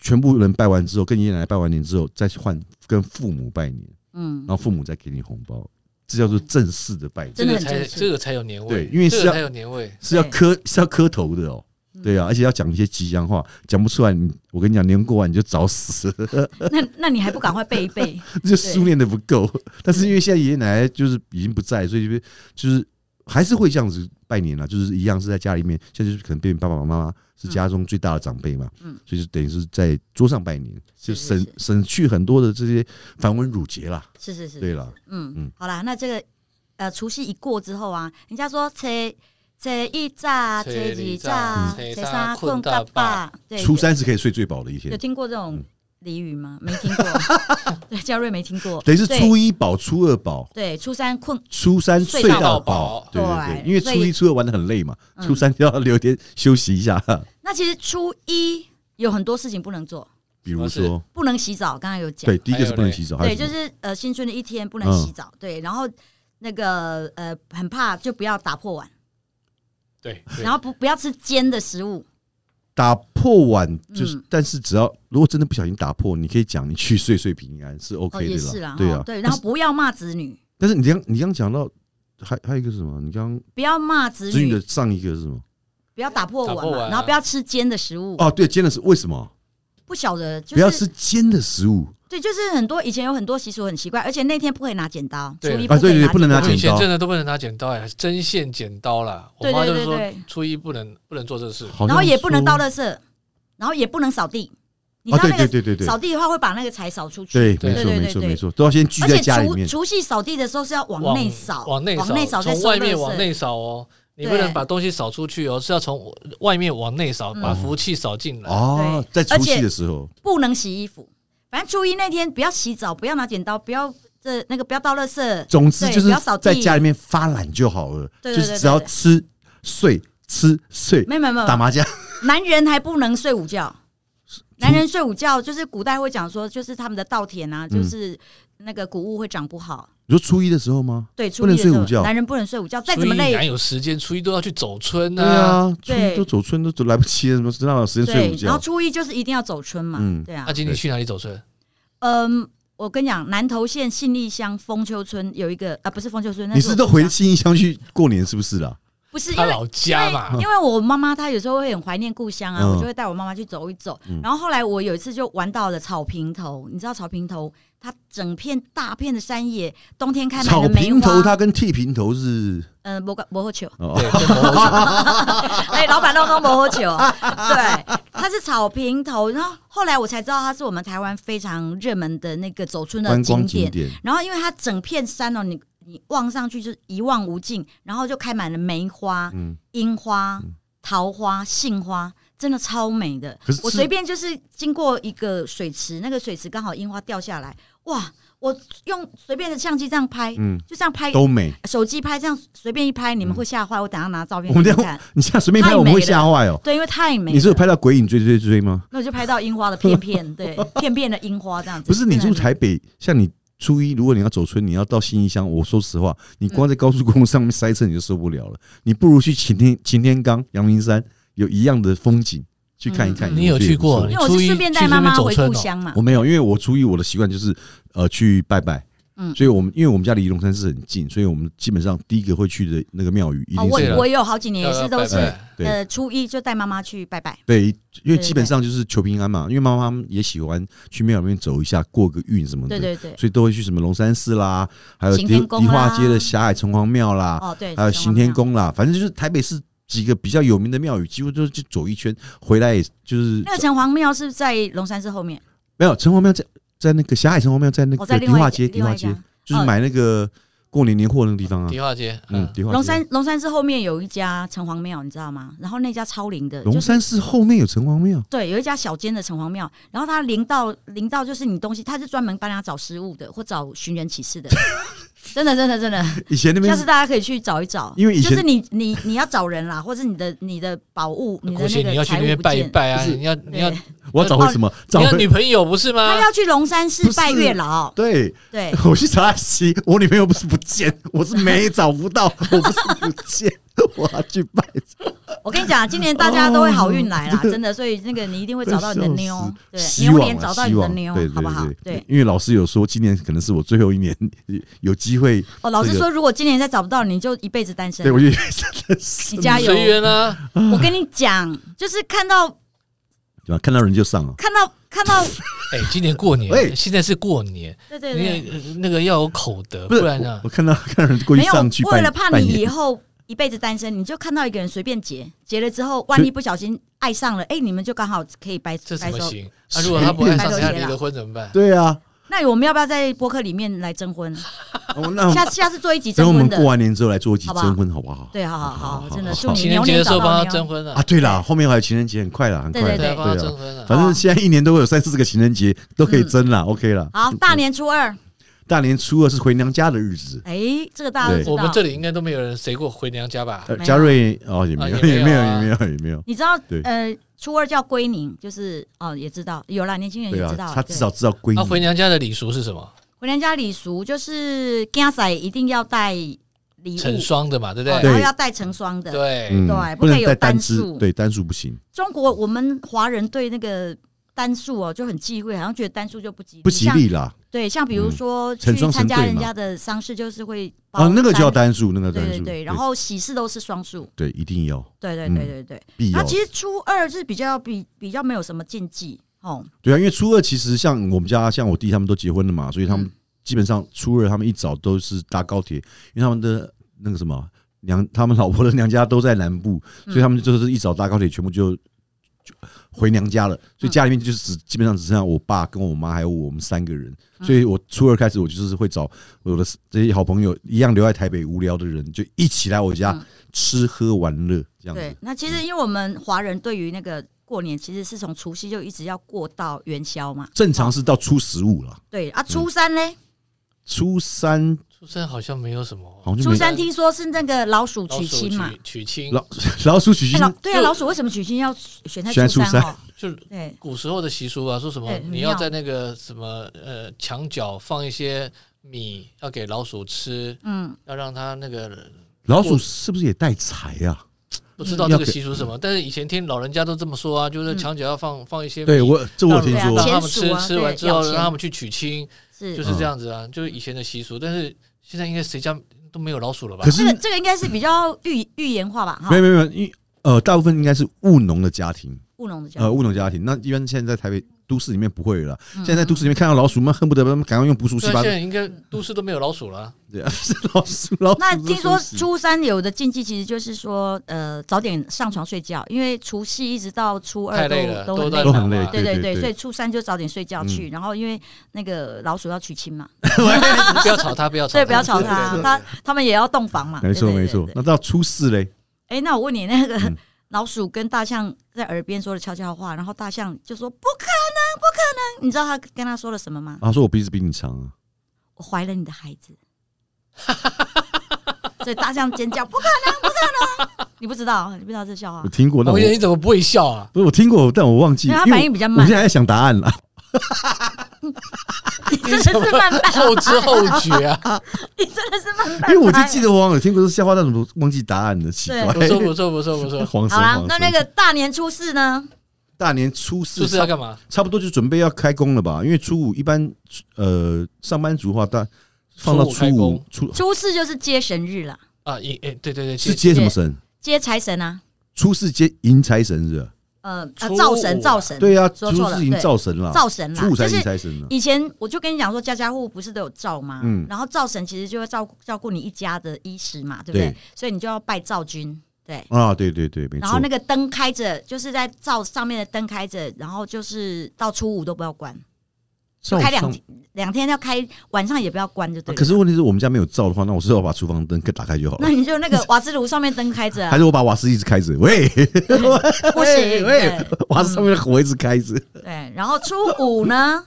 全部人拜完之后，跟爷爷奶奶拜完年之后，再换跟父母拜年，
嗯
然，后父母再给你红包，这叫做正式的拜年，
这个
真的很
才
正式
这个才有年味，
对因为是
这
要
个才有年味。
是要磕是要磕头的哦。
嗯
对啊，而且要讲一些吉祥话，讲不出来，你我跟你讲，年过完你就早死了，
那那你还不赶快背一 背？
就书念的不够。但是因为现在爷爷奶奶就是已经不在，所以就是就是还是会这样子拜年啦，就是一样是在家里面，现在就是可能变爸爸妈妈是家中最大的长辈嘛，
嗯
所以就等于是在桌上拜年，就是
是
省省去很多的这些繁文缛节啦。
是是是，
对啦，嗯
嗯，好啦，那这个呃，除夕一过之后啊，人家说初初一炸，初
初
二
二
炸，初
炸初
三
三
困
困
大
大
坝
坝。
对，
嗯初三是可以睡最饱的一
有有
天，
听过这种
嗯
俚语吗？没听 过，对，嘉瑞没听过。
等于是
对
初一饱，初二饱，
对初三困，
初三
睡
睡
到
到
饱
饱。对对
对
对，因为
所
初
以
一初二玩的很累嘛，
嗯
初三就要留一天休息一下。
那其实初一有很多事情不能做，
比如
什么事
说，
不能洗澡，刚刚有讲
对，。第一个是不能洗澡，还
对，
有什
就
么嗯
是呃新春的一天不能洗澡，对，然后那个呃很怕就不要打破碗，
对，
然后不不要吃煎的食物，
打破碗就是，
嗯
但是只要如果真的不小心打破，你可以讲你去岁岁平安是 OK
哦
的
也
啦，
是啦，
对
哦
啊，
对，然后不要骂子女，
但是但是你刚你刚讲到还还有一个是什么？你刚
不要骂子
刚子女
女
的，上一个是什么？
不要打破碗
打破
嘛，
碗啊
然后不要吃煎的食物，
哦，对，煎的是为什么？
不晓得就
不要
是
吃煎的食物
对，就是很多以前有很多习俗很奇怪，而且那天不可以拿剪刀，初
对
一
啊！
可
对
以
对，不能拿
我以
剪
前
刀
真，的都不能拿剪刀哎，针线剪刀啦。我
对
妈
对
就是
对对
说初一不能不能做这事，
好像
然后也不能
说
倒垃圾，然后也不能扫地，你
啊
知道那
对对
个
对对对
扫地的话会把那个财扫出去。
对，
对
没
对
错
对
没错
对
没错，都要先聚
而
在
且
家里
除
面。
除夕扫地的时候是要往
往
内扫，
往内
往内扫，再
从
收
外面
垃圾
往内扫哦。你
对
不能把东西扫出去哦，是要从外面往内扫，把
嗯
服务器扫进来。
哦，在除
而且
夕的时候，
不能洗衣服，反正初一那天不要洗澡，不要拿剪刀，不要这那个不要倒垃圾，
总之
对
就是
不要扫地
在家里面发懒就好了，
对对
就
对
是
对
只要
对
吃睡吃睡
没有没有没有
打，麻将，
男人还不能睡午觉。男人睡午觉，就是古代会讲说，就是他们的稻田
嗯
啊，就是那个谷物会长不好。
你说初一的时候吗？
对，初
不能
一的时
睡
候
午觉
男人不能睡午觉，再
初
怎么
一哪
累，
有时间？初一都要去走村
对啊，初
对
一都走村都走来不及了，什么哪有时间睡
对
午，
然后
觉？
初一就是一定要走春嘛，
嗯
对啊
那。今天你去哪里走村？
嗯，我跟你讲，南投县信义乡丰丘村有一个啊，不是丰丘村，那
你是
我
都
们
回
家
新义乡去过年是不是啦？
不是因
他
为
老家嘛
因为，因为我妈妈她有时候会很怀念故乡啊，
嗯
我就会带我妈妈去走一走。然后后来我有一次就玩到了草坪头，你知道草坪头它整片大片的山野，冬天开满
草
了梅
坪
花。
头它跟剃平头是
嗯，摩摩诃球，
哦，
对，跟某某
哎，老板弄弄摩诃球，对，它是草坪头。然后后来我才知道它是我们台湾非常热门的那个走春的
观光
景
景
点。
点，
然后因为它整片山哦，你你望上去就是一望无尽，然后就开满了梅花、
嗯，
樱花、桃花、杏花，真的超美的
可是。
我
是
随便就是经过一个水池，那个水池刚好樱花掉下来，哇！我用随便的相机这样拍，
嗯
就这样拍，
都美。
手机拍这样随便一拍，你们会吓坏。我等下拿照片给
我们这
你
样
看。，
你现在随便拍
太
我们会
美了
吓坏哦。
对，因为太美了。
你是有拍到鬼影追追追吗？
那我就拍到樱花的片片， 对，片片的樱花这样子。
不是，你
真的
住
很美
台北，像你初一，如果你要走村，你要到新义乡，我说实话，你
嗯
光在高速公路上面塞车你就受不了了，你不如去擎天擎天岗、阳明山有一样的风景去看一看。
嗯你有
我觉得也
去
不
过
错
因为我是顺便带妈妈回故乡嘛哦
我。没有，因为我初一我的习惯就是呃去拜拜。
嗯
所以我们因为我们家离龙山寺很近，所以我们基本上第一个会去的那个庙宇一
哦，
定
我
是
我有好几年也是都是
拜
哎
拜
对
呃，初一就带妈妈去拜拜。
对，因为
对
基本上就是求平安嘛，因为妈妈也喜欢去庙里面走一下，过个运什么的，
对对对，
所以都会去什么龙山寺啦，还有
行
迪
天宫
迪
啦
化街的霞海城隍庙啦，
哦对，
啊还有行天
宫。
宫啦，反正就是台北市几个比较有名的庙宇，几乎都去走一圈，回来也就是
那个城隍庙是在龙山寺后面，
没有城隍庙在在那个霞海城隍庙在那
我哦在
个迪
另外
化
一
街，
家
迪
另外
化
一
街
家。
就是
哦
买那个过年年货那个地方啊，
迪化街，
嗯
嗯，，
迪化街
龙山龙山寺后面有一家城隍庙，你知道吗？然后那家超灵的，
龙
就是
山寺后面有城隍庙，
对，有一家小间的城隍庙，然后它灵到灵到就是你东西，它是专门帮人家找食物的，或找寻人启事 的，真的真的真的，
以前那边
下次大家可以去找一找，
因为以前
就是你你你要找人啦，或者你的你的宝物，你
嗯郭
的
姐
那
你要
个
去
财
那
物
边
不
拜一
见，
拜啊，
不是
你要
对
你要
我要找回什么？找
你要
回
女朋友不是
他
吗？
要去龙山寺
不是
拜月老，
对，
对，
我去查西，我女朋友不是不见，我是没找不到，我不是不见，我要去拜。
我跟你讲，今年大家都会好运来啦，
哦
真的，所以那个你一定会找到你的妞，对，
希
牛
望
年
啊
找到
希
你的
望
妞
对，
好不好
对？
对，
因为老师有说，今年可能是我最后一年有机会，
哦，老师
这个
说，如果今年再找不到你，就一辈子单身
对。我就真的是
你加油！
随缘 啊，
我跟你讲，就是看到
对吧？看到人就上啊，
看到看到，
哎，今年过
喂
年，现在是过年，
对对
那
对，
个那个要有口德，
不是
不然
我
啊，
我看到看到人过去
没有
上去，拜
为了怕
拜
你
年
以后一辈子单身，你就看到一个人随便结，结了之后，万一不小心爱上了，哎，你们就刚好可以白
嗯这
白
怎么
手。
行？啊，如果他不爱上，等下离个婚怎么办？
对啊，
那我们要不要在播客里面来征婚？
哦那
下下次做一集
等
征
我
婚
们
的
过，完年之后来做一集
好不好
征婚，好不好？
对，好好好，真的祝你
情
牛
人节
年
的时
找
候帮
到
他
妞
征婚
啊，
啊，
对啦，后面还有情人节，很快啦，很快啦，
对对
帮他
对
征
啊。
婚啊。
反正现在一年都会有三四个情人节，都可以争啦，OK 啦。
嗯好，大年初二，
大年初二是回娘家的日子。
哎、这个大家都
对
知道。
我们这里应该都没有人谁过回娘家吧？
呃，
没有
嘉瑞哦，也没
啊
有，也没
也没
有，
有
也
啊
没有，也没有。
你知道
对，
呃，初二叫归宁，就是哦，也知道有啦，年轻人
对
也
啊
知道，，哦
他至少知道闺
那
女
回娘家的礼俗是什么？
对回娘家礼俗就是家仔一定要带礼物，
成双的嘛，对不
哦
对？
然后要带成双的。
对，
嗯
对
不
不可
能
以有
带单
单
只
数，
对单数不行，
中国我们华人对那个单数哦就很忌讳，好像觉得单数就不吉利，
不吉
像
利啦。
对，像比如说去
成双
参
成对
加人
嘛
家的丧事，就是会
啊
包，
那个就要
单
单数，那个
数，
单
对
数，
对对，然后喜事都是双数，
对一定要
对对
嗯
对对对。
必
那
要。
其实初二是比较比比较没有什么禁忌哦，
对啊，因为初二其实像我们家像我弟他们都结婚了嘛，所以他们
嗯
基本上初二他们一早都是搭高铁，因为他们的那个什么娘，他们老婆的娘家都在南部，所以
嗯
他们就是一早搭高铁，全部就。就回娘家了，
嗯
所以家里面就是只基本上只剩下我爸跟我妈还有我们三个人，
嗯
所以我初二开始我就是会找我的这些好朋友一样留在台北无聊的人，就一起来我家
嗯
吃喝玩乐这样子嗯
对。。那其实因为我们华人对于那个过年其实是从除夕就一直要过到元宵嘛。
正常是到初十五了，
对啊，初三嘞，
初三
出生好像没有什么
好像就
初
没
三听说是那个老鼠
老
娶
鼠
亲嘛。
娶娶亲，
老老鼠娶
哎
亲
老对啊，
就
老鼠为什么娶亲要选在
选在
初
初三
哦？
就
对，
古时候的习俗啊，说什么
对
你
庙
要在那个什么呃墙角放一些米，要给老鼠吃，
嗯，
要让它那个
老鼠是不是也带财啊？
不知道
嗯
这
要
个
给
习俗是什么，但是以前听老人家都这么说啊，就是
嗯
墙角要放放一些米，
对我这我有
让
听
对
让
啊
说，
他们吃
钱鼠啊
吃完
对
之后
要钱嗯
让他们去娶亲，
是
就。是这样子啊，就是以前的习俗，但是现在应该谁家都没有老鼠了吧
可？
这
是
个这个应该是比较预预言化吧？哈
没有，没有没有，因为呃，大部分应该是务农的家庭，
务农的家
呃，务农家庭。那一般现在在台北都市里面不会了，
嗯
现在在都市里面看到老鼠，那恨不得他们赶快用捕鼠器
对啊，
把
现在应该都市都没有老鼠了啊，
对啊，是 老鼠老鼠。
那听说
猪
初三有的禁忌其实就是说，呃，早点上床睡觉，因为除夕一直到初
太
二
累了，
嗯都都很
在
都
累。
很累
忙啊
对
对对
对，
对嗯
所以初三就早点睡觉去，然后因为那个老鼠要娶亲嘛，
不要吵他，不要吵他，
所以不要吵它，
对对对
它它们也要洞房嘛。
没错
啊对对对
没错
对。
那到初四嘞，
哎，那我问你，那个
嗯
老鼠跟大象在耳边说了悄悄话，然后大象就说不可能，不可能。你知道他跟他说了什么吗？
他说我鼻子比你长啊，
我怀了你的孩子。 所以大象尖叫，不可能，不可能！你不知道，你不知道这笑话
我。听过，但
王
我
源你怎么不会笑啊？
不是我听过，但我忘记，
哦因为他
因
反
为
应比较
我我
慢
现，在还在想答案了。啊
你真的是慢半拍，
后知后觉 啊，
你真的是慢半
因
拍。
为我就记得我忘了听过这笑话，但我忘记答案了，奇怪。
不错不错不错不错，
黄神
好啦
黄，
那
神
那个大年初四呢？
大年初
就
四
是要干嘛？
差不多就准备要开工了吧？因为初五一般呃上班族的话，大放到初
初五
五初
初四就是接神日啦，
啊，也诶，对对对，
是
其实
接什么神？
接财神啊，
初四接迎财神是吧？
呃，
初
呃
五
灶
啊
神，灶神，
对呀、啊，初
说错了
四已经
对
造神了，
灶神啦
初五，才
就
迎
是。
财啊神了。
以前我就跟你讲说，家家户户不是都有灶吗？
嗯
然后灶神其实就会照顾照顾你一家的衣食嘛，对不对？
对
所以你就要拜灶君，对。
啊，对对对，没
然后
错
那。个灯开着，就是在灶上面的灯开着，然后就是到初五都不要关，就
灶
开两
上
天两天要开，晚上也不要关，就
啊
对了。
可是问题是我们家没有灶的话，那我是要把厨房灯给打开就好
那
了，
你就那个瓦斯炉上面灯开着、
还
啊，
是我把瓦斯一直开着？喂，
不行。
喂
对，
瓦斯上面的火一直开着。
对，然后初五 呢，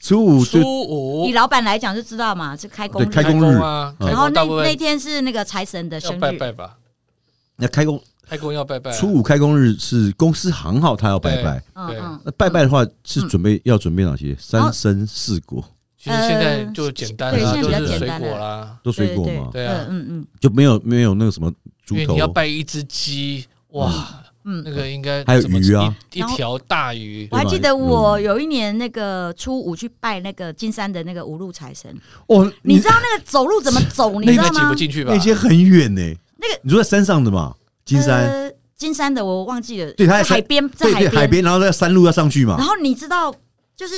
初五
初
就
五
以老板来讲就知道嘛，是开工
对
日。
开工日
啊，
嗯
然
开
后那
工大部
那
分
天是那个财神的
要
生
拜
日，
拜吧，
那开工，
开工要拜拜啊，
初五开工日是公司行号，他要拜拜。
嗯
对
嗯，
那拜拜的话是准备要准备哪些？
哦
三生四果，
其实现
嗯
在就简单
呃
啦，
对
都
现在
是
比较
水
简单
果啦，
都水果
对
嘛，
对
嗯
啊，
嗯嗯
就没有没有那个什么猪
因为
头
你要拜一只鸡，哇，
嗯
那个应该
还有
怎么
鱼啊
一一条大鱼
我还
对吧
记得
嗯
我有一年那个初五去拜那个金山的那个五路财神，
哦，
你知道那个走路怎么走，你
应
知道
该挤
吗
不？进去吧
那？些很远呢、
那个
你住在山上的嘛，金山、
呃，金山的我忘记了，
对他在
在海边，在
对对海
海边。
边，然后在山路要上去嘛
然。后你知道，就是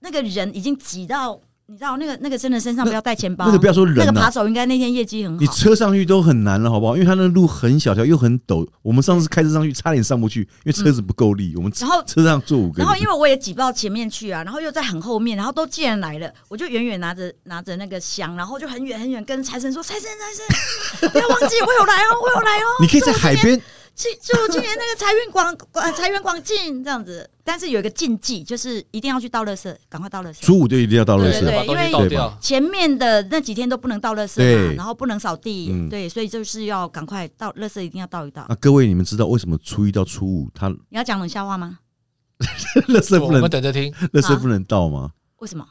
那个人已经挤到，你知道那个那个真的身上
那
不要带钱包，
那个不要说
那
人啊
个
了、
扒手应该那天业绩很
你
好，
车上去都很难了，好不好？因为它那个路很小条又很陡，我们上次开车上去差点上不去，因为车子不够力。我们车
嗯然后。
车上坐五个
然后因
人，
为我也挤不到前面去啊，然后又在很后面，然后都既然来了，我就远远拿着拿着那个香，然后就很远很远跟财神说：“财神财神，不要忘记我有来哦，我有来哦。”
你可以在海边，
去就今年那个财运广广财源广进这样子，但是有一个禁忌，就是一定要去倒垃圾，赶快倒垃圾。
初五就一定要到乐
对
事
对
把东西
因为
倒掉，
前面的那几天都不能倒垃圾嘛，
对
然后不能扫地，
嗯
对，所以就是要赶快倒垃圾，一定要倒一倒。
那啊各位，你们知道为什么初一到初五它
你要讲冷笑话吗？
乐事
我
不能
们等着
啊
听，
乐事不能到吗？
为什么？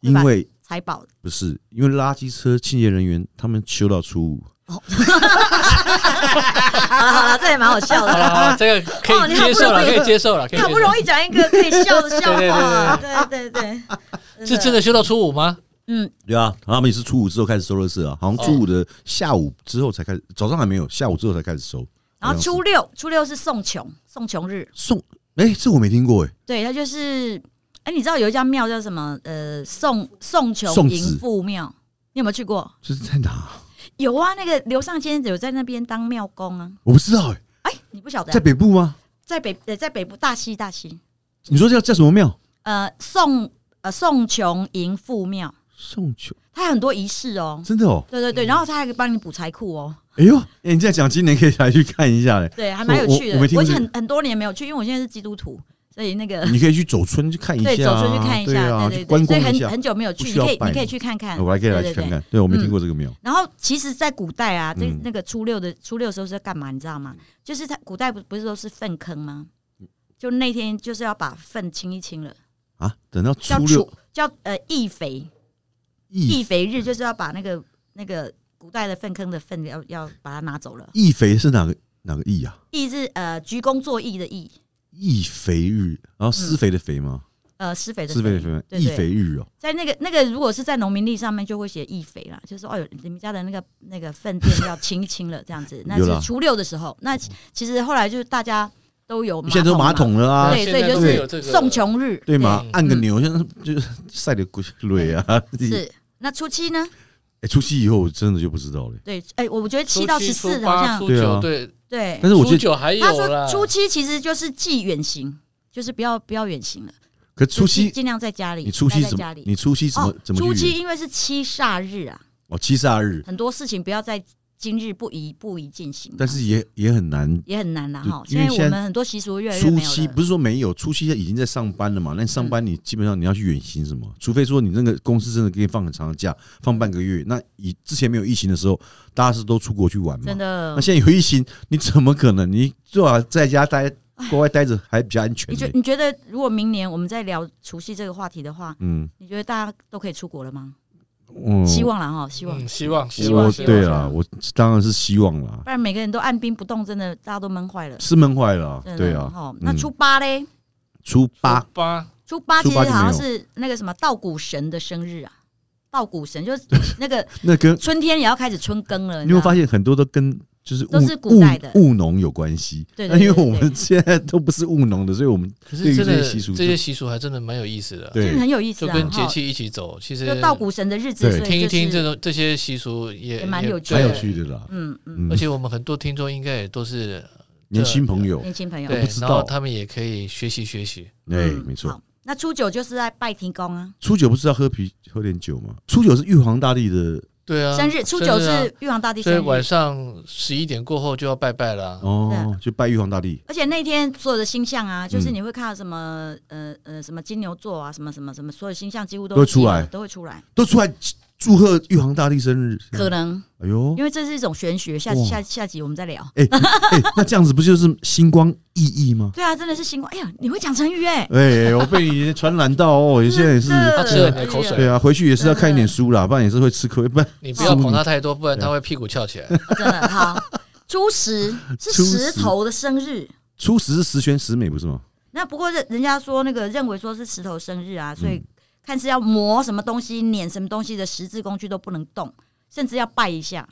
因
对吧
为
财宝
不是因为垃圾车清洁人员他们休到初五，
好了好了，这也蛮好笑
好了
的，
好 了，这个可
哦
以
你好
接
不
受了，
容
可
易
以接受了，可以
好不容易讲一个可以笑的笑话， 对对对，
易是真，的休到初五吗？
嗯，
对啊，他们也是初五之后开始收乐事啊，好像初五的下午之后才开始，早上还没有，下午之后才开始收。
然
好像
后
是
初六初六是送穷送穷日，
送，哎、这我没听过哎、
对，它就是，哎、你知道有一家庙叫什么？呃，宋宋
宋
穷
子
迎父庙，你有没有去过？
这是在哪？
有啊，那个刘尚先有在那边当庙工啊。
我不知道哎、
哎、你不晓得啊、
在北部吗？
在北呃在北部大溪大溪，
你说叫叫什么庙？
呃，宋呃宋穷迎父庙，
送球，
它很多仪式哦。
真的哦。
对对对，然后它还可以帮你补财库哦。
哎呦，哎，你这样讲，今年可以来去看一下 嘞。
对，还蛮有趣的。
我
我
没
已
听过
经
这
很很多年没有去，因为我现在是基督徒，所以那个
你可以去走村去 看一下啊，
对走出去看一
对
下，
啊，
对对
去观
对，所
光
以
一
很
下。
很久没有去，
不
你
需要
可以
拜
你可以去看看，
我还可以来
对
去
对对。
看看，对我没
嗯
听过这个庙，
然后其实，在古代啊，在
嗯
那个初六的初六的时候是干嘛？你知道吗？就是他古代不不是都是粪坑吗？
嗯
就那天就是要把粪清一清了，
啊，等到
叫
初六
除叫呃易肥
易
易肥日，就是要把那个那个古代的粪坑的粪要要把它拿走了。
易肥是哪个哪个易啊？
易是呃鞠躬作揖的揖，
易肥日，然后施肥的肥吗？
呃施肥的
施肥的肥吗，
嗯对
易
对
肥日哦，
在那个那个，如果是在农民历上面，就会写易肥啦，就是说哦哟，你们家的那个那个粪便要清一清了，这样 子。那
有啦嗯
是初六的时候，那其其实后来就是大家都有
现在都马
嘛，
桶了啊，
对，所以
现在
就
都
会
有这
是
个
送穷日，
对嘛
对？
按个钮，现在就是晒的骨累啊。
对？是。那初七呢？
哎，除夕以后我真的就不知道了。
对，哎、我觉得
初
七到
七
十
初
四好
八
像
初
对啊
九对，
对
但。是我
初
记得，
九还有
他
啦
说初七其实就是忌远行，就是不要不要远行了，
可除
就是
夕
尽量在家里，
你除夕
待在
怎
家
么
里？
你除夕怎么
哦
怎，么
初
去
七
圆？
因为是七煞日啊，
哦，七十二日，
很多事情不要在今日不宜不宜进行啊。
但是也也很难。
也很难啦
对
哈，
因
因
为
为我
现在
们很多习俗越来越
初
没有
七
了。嗯
不是说没有，初七已经在上班了嘛？那上班你基本上你要去远行什么？除非说你那个公司真的给你放很长的假，放半个月。那以之前没有疫情的时候，大家是都出国去玩嘛
真？的
那，现在有疫情，你怎么可能？你最好在家待，国外待着还比较安全
你
呢
觉。你觉得如果明年我们再聊除夕这个话题的话，
嗯，
你觉得大家都可以出国了吗？
嗯
希望啦哈，希望，
嗯，希望希望
我
希望
对啊啦，我当然是希望啦
不，然每个人都按兵不动，真的大家都闷坏了。
是闷坏了啊
真，的
对啊，
哈
嗯，
那初八嘞？
初八
初八
初八
初
其实
八
好
哦就没有
像是那个什么稻谷神的生日啊，稻谷神 就是那个
那跟
春天也要开始春耕了，
你有没有发
现？
现很多都跟就是
啊都
务
是古代的
务务农有关系？
对
那
对
因为
对
我
对
们现在都不是务农的，所以我们
可
对于
是真
这些
的
习俗
这
就
些习俗还真的蛮有意思的，
真的
对
很有意思
就
啊，
跟节
哈
气一起走。其实
就稻谷神的日子，
对
所
听
以
一
就
听这
是
种这些习俗也
也蛮有趣
蛮
的
有
对
趣的啦。
嗯嗯，
嗯
而，且我们很多听众应该也都是
年轻朋友，
年轻朋友
对
不知，道
然后他们也可以学习学习。
哎，
嗯
没错
好。那初九就是在拜天公啊，
初九不是要喝啤喝点酒吗？初九是玉皇大帝的
对啊，
生日初九
生啊
是玉皇大帝
所
生
以晚
日，
上十一点过后就要拜拜了啊。
哦，就拜玉皇大帝。
而且那天所有的星象
嗯
啊，就是你会看到什么呃呃什么金牛座啊，什么什么什么，所有星象几乎都
都会出来
集合都会出来。
都出来祝贺玉皇大帝生日。
可能
哎呦
因，为这是一种玄学，下
哇
下下集我们再聊。
哎，那这样子不就是星光熠熠吗？
对啊，真的是星光，哎呀，你会讲成语哎，
哎，我被你传染到哦，我现在也是。
他啊吃了你的口水
对
嗯
啊，回去也是要看一点书啦，不然也是会吃亏。不然
你不
淑
要捧
女
他太多，不然他会屁股翘起来。
真的好。初十是
初十
石头的生日，
初十是十全十美，不是吗？
那不过人人家说那个认为说是石头生日
嗯
啊，所以看是要磨什么东西、碾什么东西的十字工具都不能动，甚至要拜一下。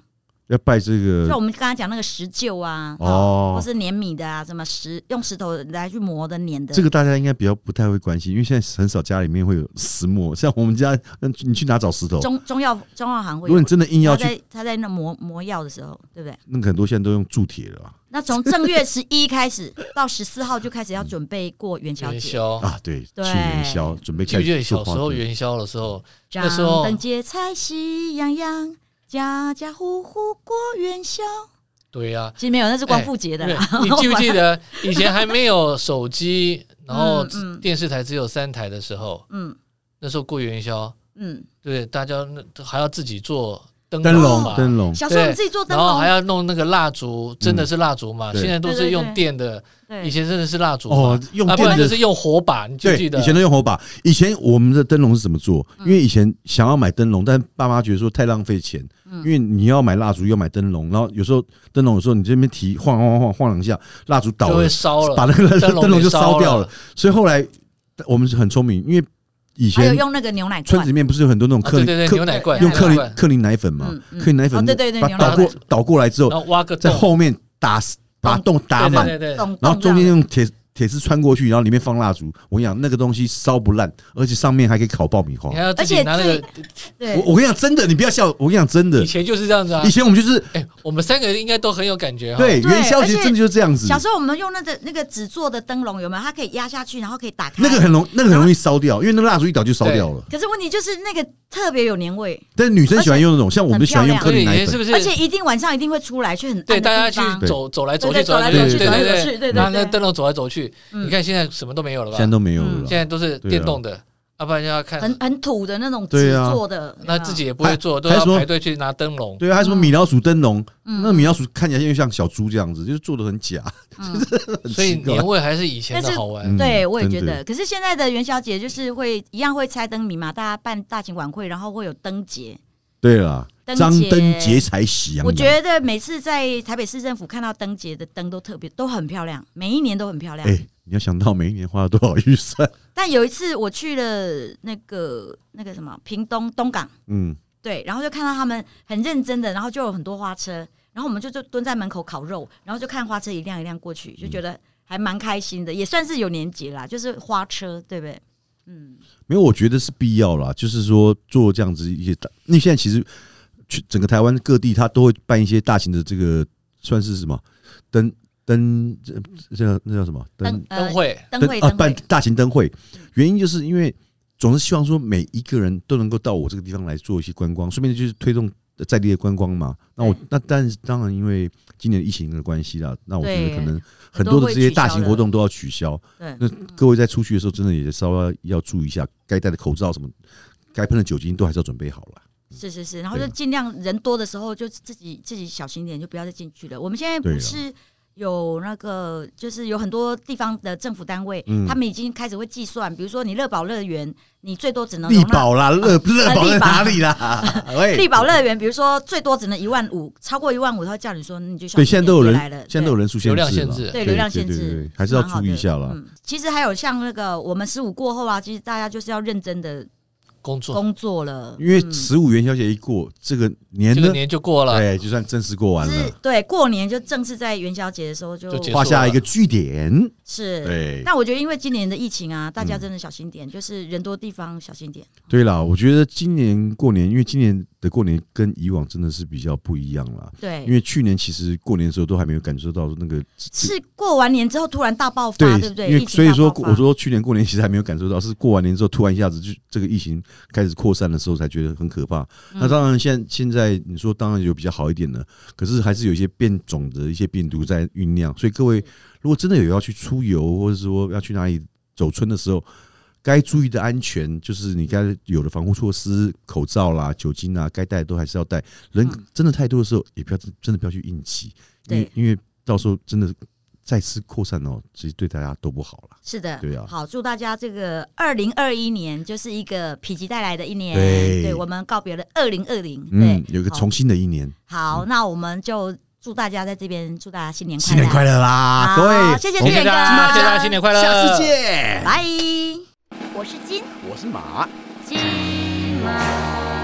要拜这
就
个
我们刚才讲那个石臼啊，
哦
哦，或是碾米的啊，什么石用石头来去磨的碾的，
这个大家应该比较不太会关心，因为现在很少家里面会有石磨，像我们家，那你去哪找石头？
中中药中药行会
如
有
果你真的硬要
他
去，
在他在那磨磨药的时候，对不对？
那个很多现在都用铸铁了啊
那从正月十一开始到十四号就开始要准备过元宵
元
节，
宵，
啊，对，去
哦对
元宵准备
记
开
不记
始
得小
做
时
花
候
灯
元宵的时候，
张
那时候
灯结彩喜洋洋，家家户户过元宵。
对呀、
其实没有，那是光复节的
对
啦。
你记不记 得以前还没有手机，然后
嗯嗯
电视台只有三台的时候，
嗯
那时候过元宵，
嗯，
对不对，大家那还要自己做灯
灯
笼
笼，
嘛
灯笼，
嗯小时候我们自己做灯
然后
笼
还，要弄那个蜡烛，真的是蜡烛嘛？
对
现在都
对
是
对
用
对
电的，
对
以前真的是蜡烛嘛
哦，用
啊，不
电
然就
的。
是用火把，你记不
对，
记得？嗯
以前都用火把。以前我们的灯笼是怎么做？因为以前想要买灯笼，但爸妈觉得说太浪费钱，
嗯
因为你要买蜡烛，要买灯笼，然后有时候灯笼有时候你这边提晃晃晃晃两下，蜡烛倒
就
了
会，烧了，
把那个
灯 笼
灯笼
给
就烧掉
了啊
了。所以后来我们很聪明，因为以
还有
前
用那个牛奶
村
罐
子里面不是有很多那种
啊
克林
对对对，
克
牛奶罐，
用
牛奶
克林
罐
克林奶粉嘛
嗯，嗯
克林奶粉
哦对对对
把
牛奶
倒过
粉
倒过来之后，
然后挖个
在
洞，
后面打把洞打
对
满，
对对对，
咚
然后中间
咚
用铁铁丝穿过去，然后里面放蜡烛。我跟你讲，那个东西烧不烂，而且上面还可以烤爆米花
你还。要自己拿
而
那
且
个，
这样对
我我跟你讲真的，你不要笑，我跟你讲真的
以，前就是这样子啊
以。前我们就是
哎，我们三个应该都很有感觉哈。
对，
对
元宵节
而且
真的就是这样子，
小时候我们用那个那个纸做的灯笼，有没有？它可以压下去，然后可以打开。
那个很容，那个很容易烧掉，因为那个蜡烛一倒就烧掉了。
可是问题就是那个特别有年味，
但是女生喜欢用那种，像我们就喜欢用克
所以
林
以
奶
前是
粉，
不是
而？且一定晚上一定会出来，去很暗
对，
的
大家
地方
去走走来走
对对
去，
走来
走去
对
走来
走去对对
对。然后那
对
灯笼走来走去，
嗯
你看现在什么都没有了吧？
现在都没有了
嗯
现
啦。
在都是
对啊
电动的，要不然就要看，
很很土的那种纸
对啊
做的，有没
那
有
自己也不会做，
还
都要
还说
排队去拿灯笼。
对啊，还有什么米老鼠灯笼，
嗯
那个米老鼠看起来又像小猪这样子，就是做的很假，
嗯
很
所以
奇怪
年味还是以前的好玩
嗯。
对，我也觉
真的
得。可是现在的元宵节就是会一样会猜灯谜嘛，大家办大型晚会，然后会有灯节。
对啦，
灯
张
节
灯结彩喜洋洋。
我觉得每次在台北市政府看到灯节的灯都特别都很漂亮，每一年都很漂亮。
哎、你要想到每一年花了多少预算，
但有一次我去了那个那个什么屏东东港，
嗯，
对，然后就看到他们很认真的，然后就有很多花车，然后我们就就蹲在门口烤肉，然后就看花车一辆一辆过去，就
嗯
觉得还蛮开心的，也算是有年节啦，就是花车，对不对？嗯，
没有，我觉得是必要啦。就是说做这样子一些大，因为现在其实去整个台湾各地，它都会办一些大型的这个算是什么灯灯这这那叫什么
灯
灯
呃
灯会，
灯会
啊
灯
办
会，
大型灯会，原因就是因为总是希望说每一个人都能够到我这个地方来做一些观光，顺便就是推动在地的观光嘛。那我
对
那但是当然因为今年疫情的关系啦，那我觉
对
得可能
很
很
多
多
会
的这些
取消
大型
了
活动都要取消。
对，
那各位在出去的时候，真的也稍微要注意一下，该戴的口罩什么，该喷的酒精都还是要准备好了。
是是是，然后就
对
尽量人多的时候就自己自己小心一点，就不要再进去了。我们现在
对
不
啊
是有那个，就是有很多地方的政府单位，
嗯
他们已经开始会计算，比如说你乐宝乐园，你最多只能
力哎
容纳。
宝啦，乐乐宝
力
在
宝
哪里啦？ 喂，
力宝乐园，比如说最多只能一万五，超过一万五，他会叫你说你就小
对，
心
现在
点
都有
别
人
来了，，
现在都有人数限
流
制
量
了，
限制
对流量限
对对
制
对还是要
蛮好
注意一
的
下啦。
嗯，其实还有像那个我们十五过后啊，其实大家就是要认真的
工作，
工作了，
因为
嗯
十五元宵节一过，这个年
这
呢
个，年就过了，
对，就算正式过完
是
了，
对过年就正式在元宵节的时候就
就结束
画下一个句点。
是
对，嗯
但我觉得，因为今年的疫情啊，大家真的小心点，就是人多地方小心点。
对啦，我觉得今年过年，因为今年的过年跟以往真的是比较不一样啦。因
对，
为去年其实过年的时候都还没有感受到那个
是过完年之后突然大爆发，对不对？
因为
疫情
所以
大
说
爆发
我说去年过年其实还没有感受到，是过完年之后突然一下子就这个疫情开始扩散的时候才觉得很可怕。
嗯
那当然现在现在你说当然有比较好一点了，可是还是有一些变种的一些病毒在酝酿，所以各位如果真的有要去出游或者说要去哪里走村的时候。该注意的安全就是你该有的防护措施，口罩啦、酒精啦，该带的都还是要带。人
嗯
真的太多的时候，也不要真的不要去应急，因为
对
因为到时候真的再次扩散哦，其实对大家都不好了。
是的，
对啊
好，祝大家这个二零二一年就是一个否极带来的一年，
对
我们告别了二零二零，对
嗯，，有一个
好
重新的一年，
好，那我们就祝大家在这边祝大家新年快乐，
新年快乐啦，
好
各位，
谢谢
我们
谢谢大家，谢谢大家，新年快乐，
下次见，
拜。我是金
我是马。
金马。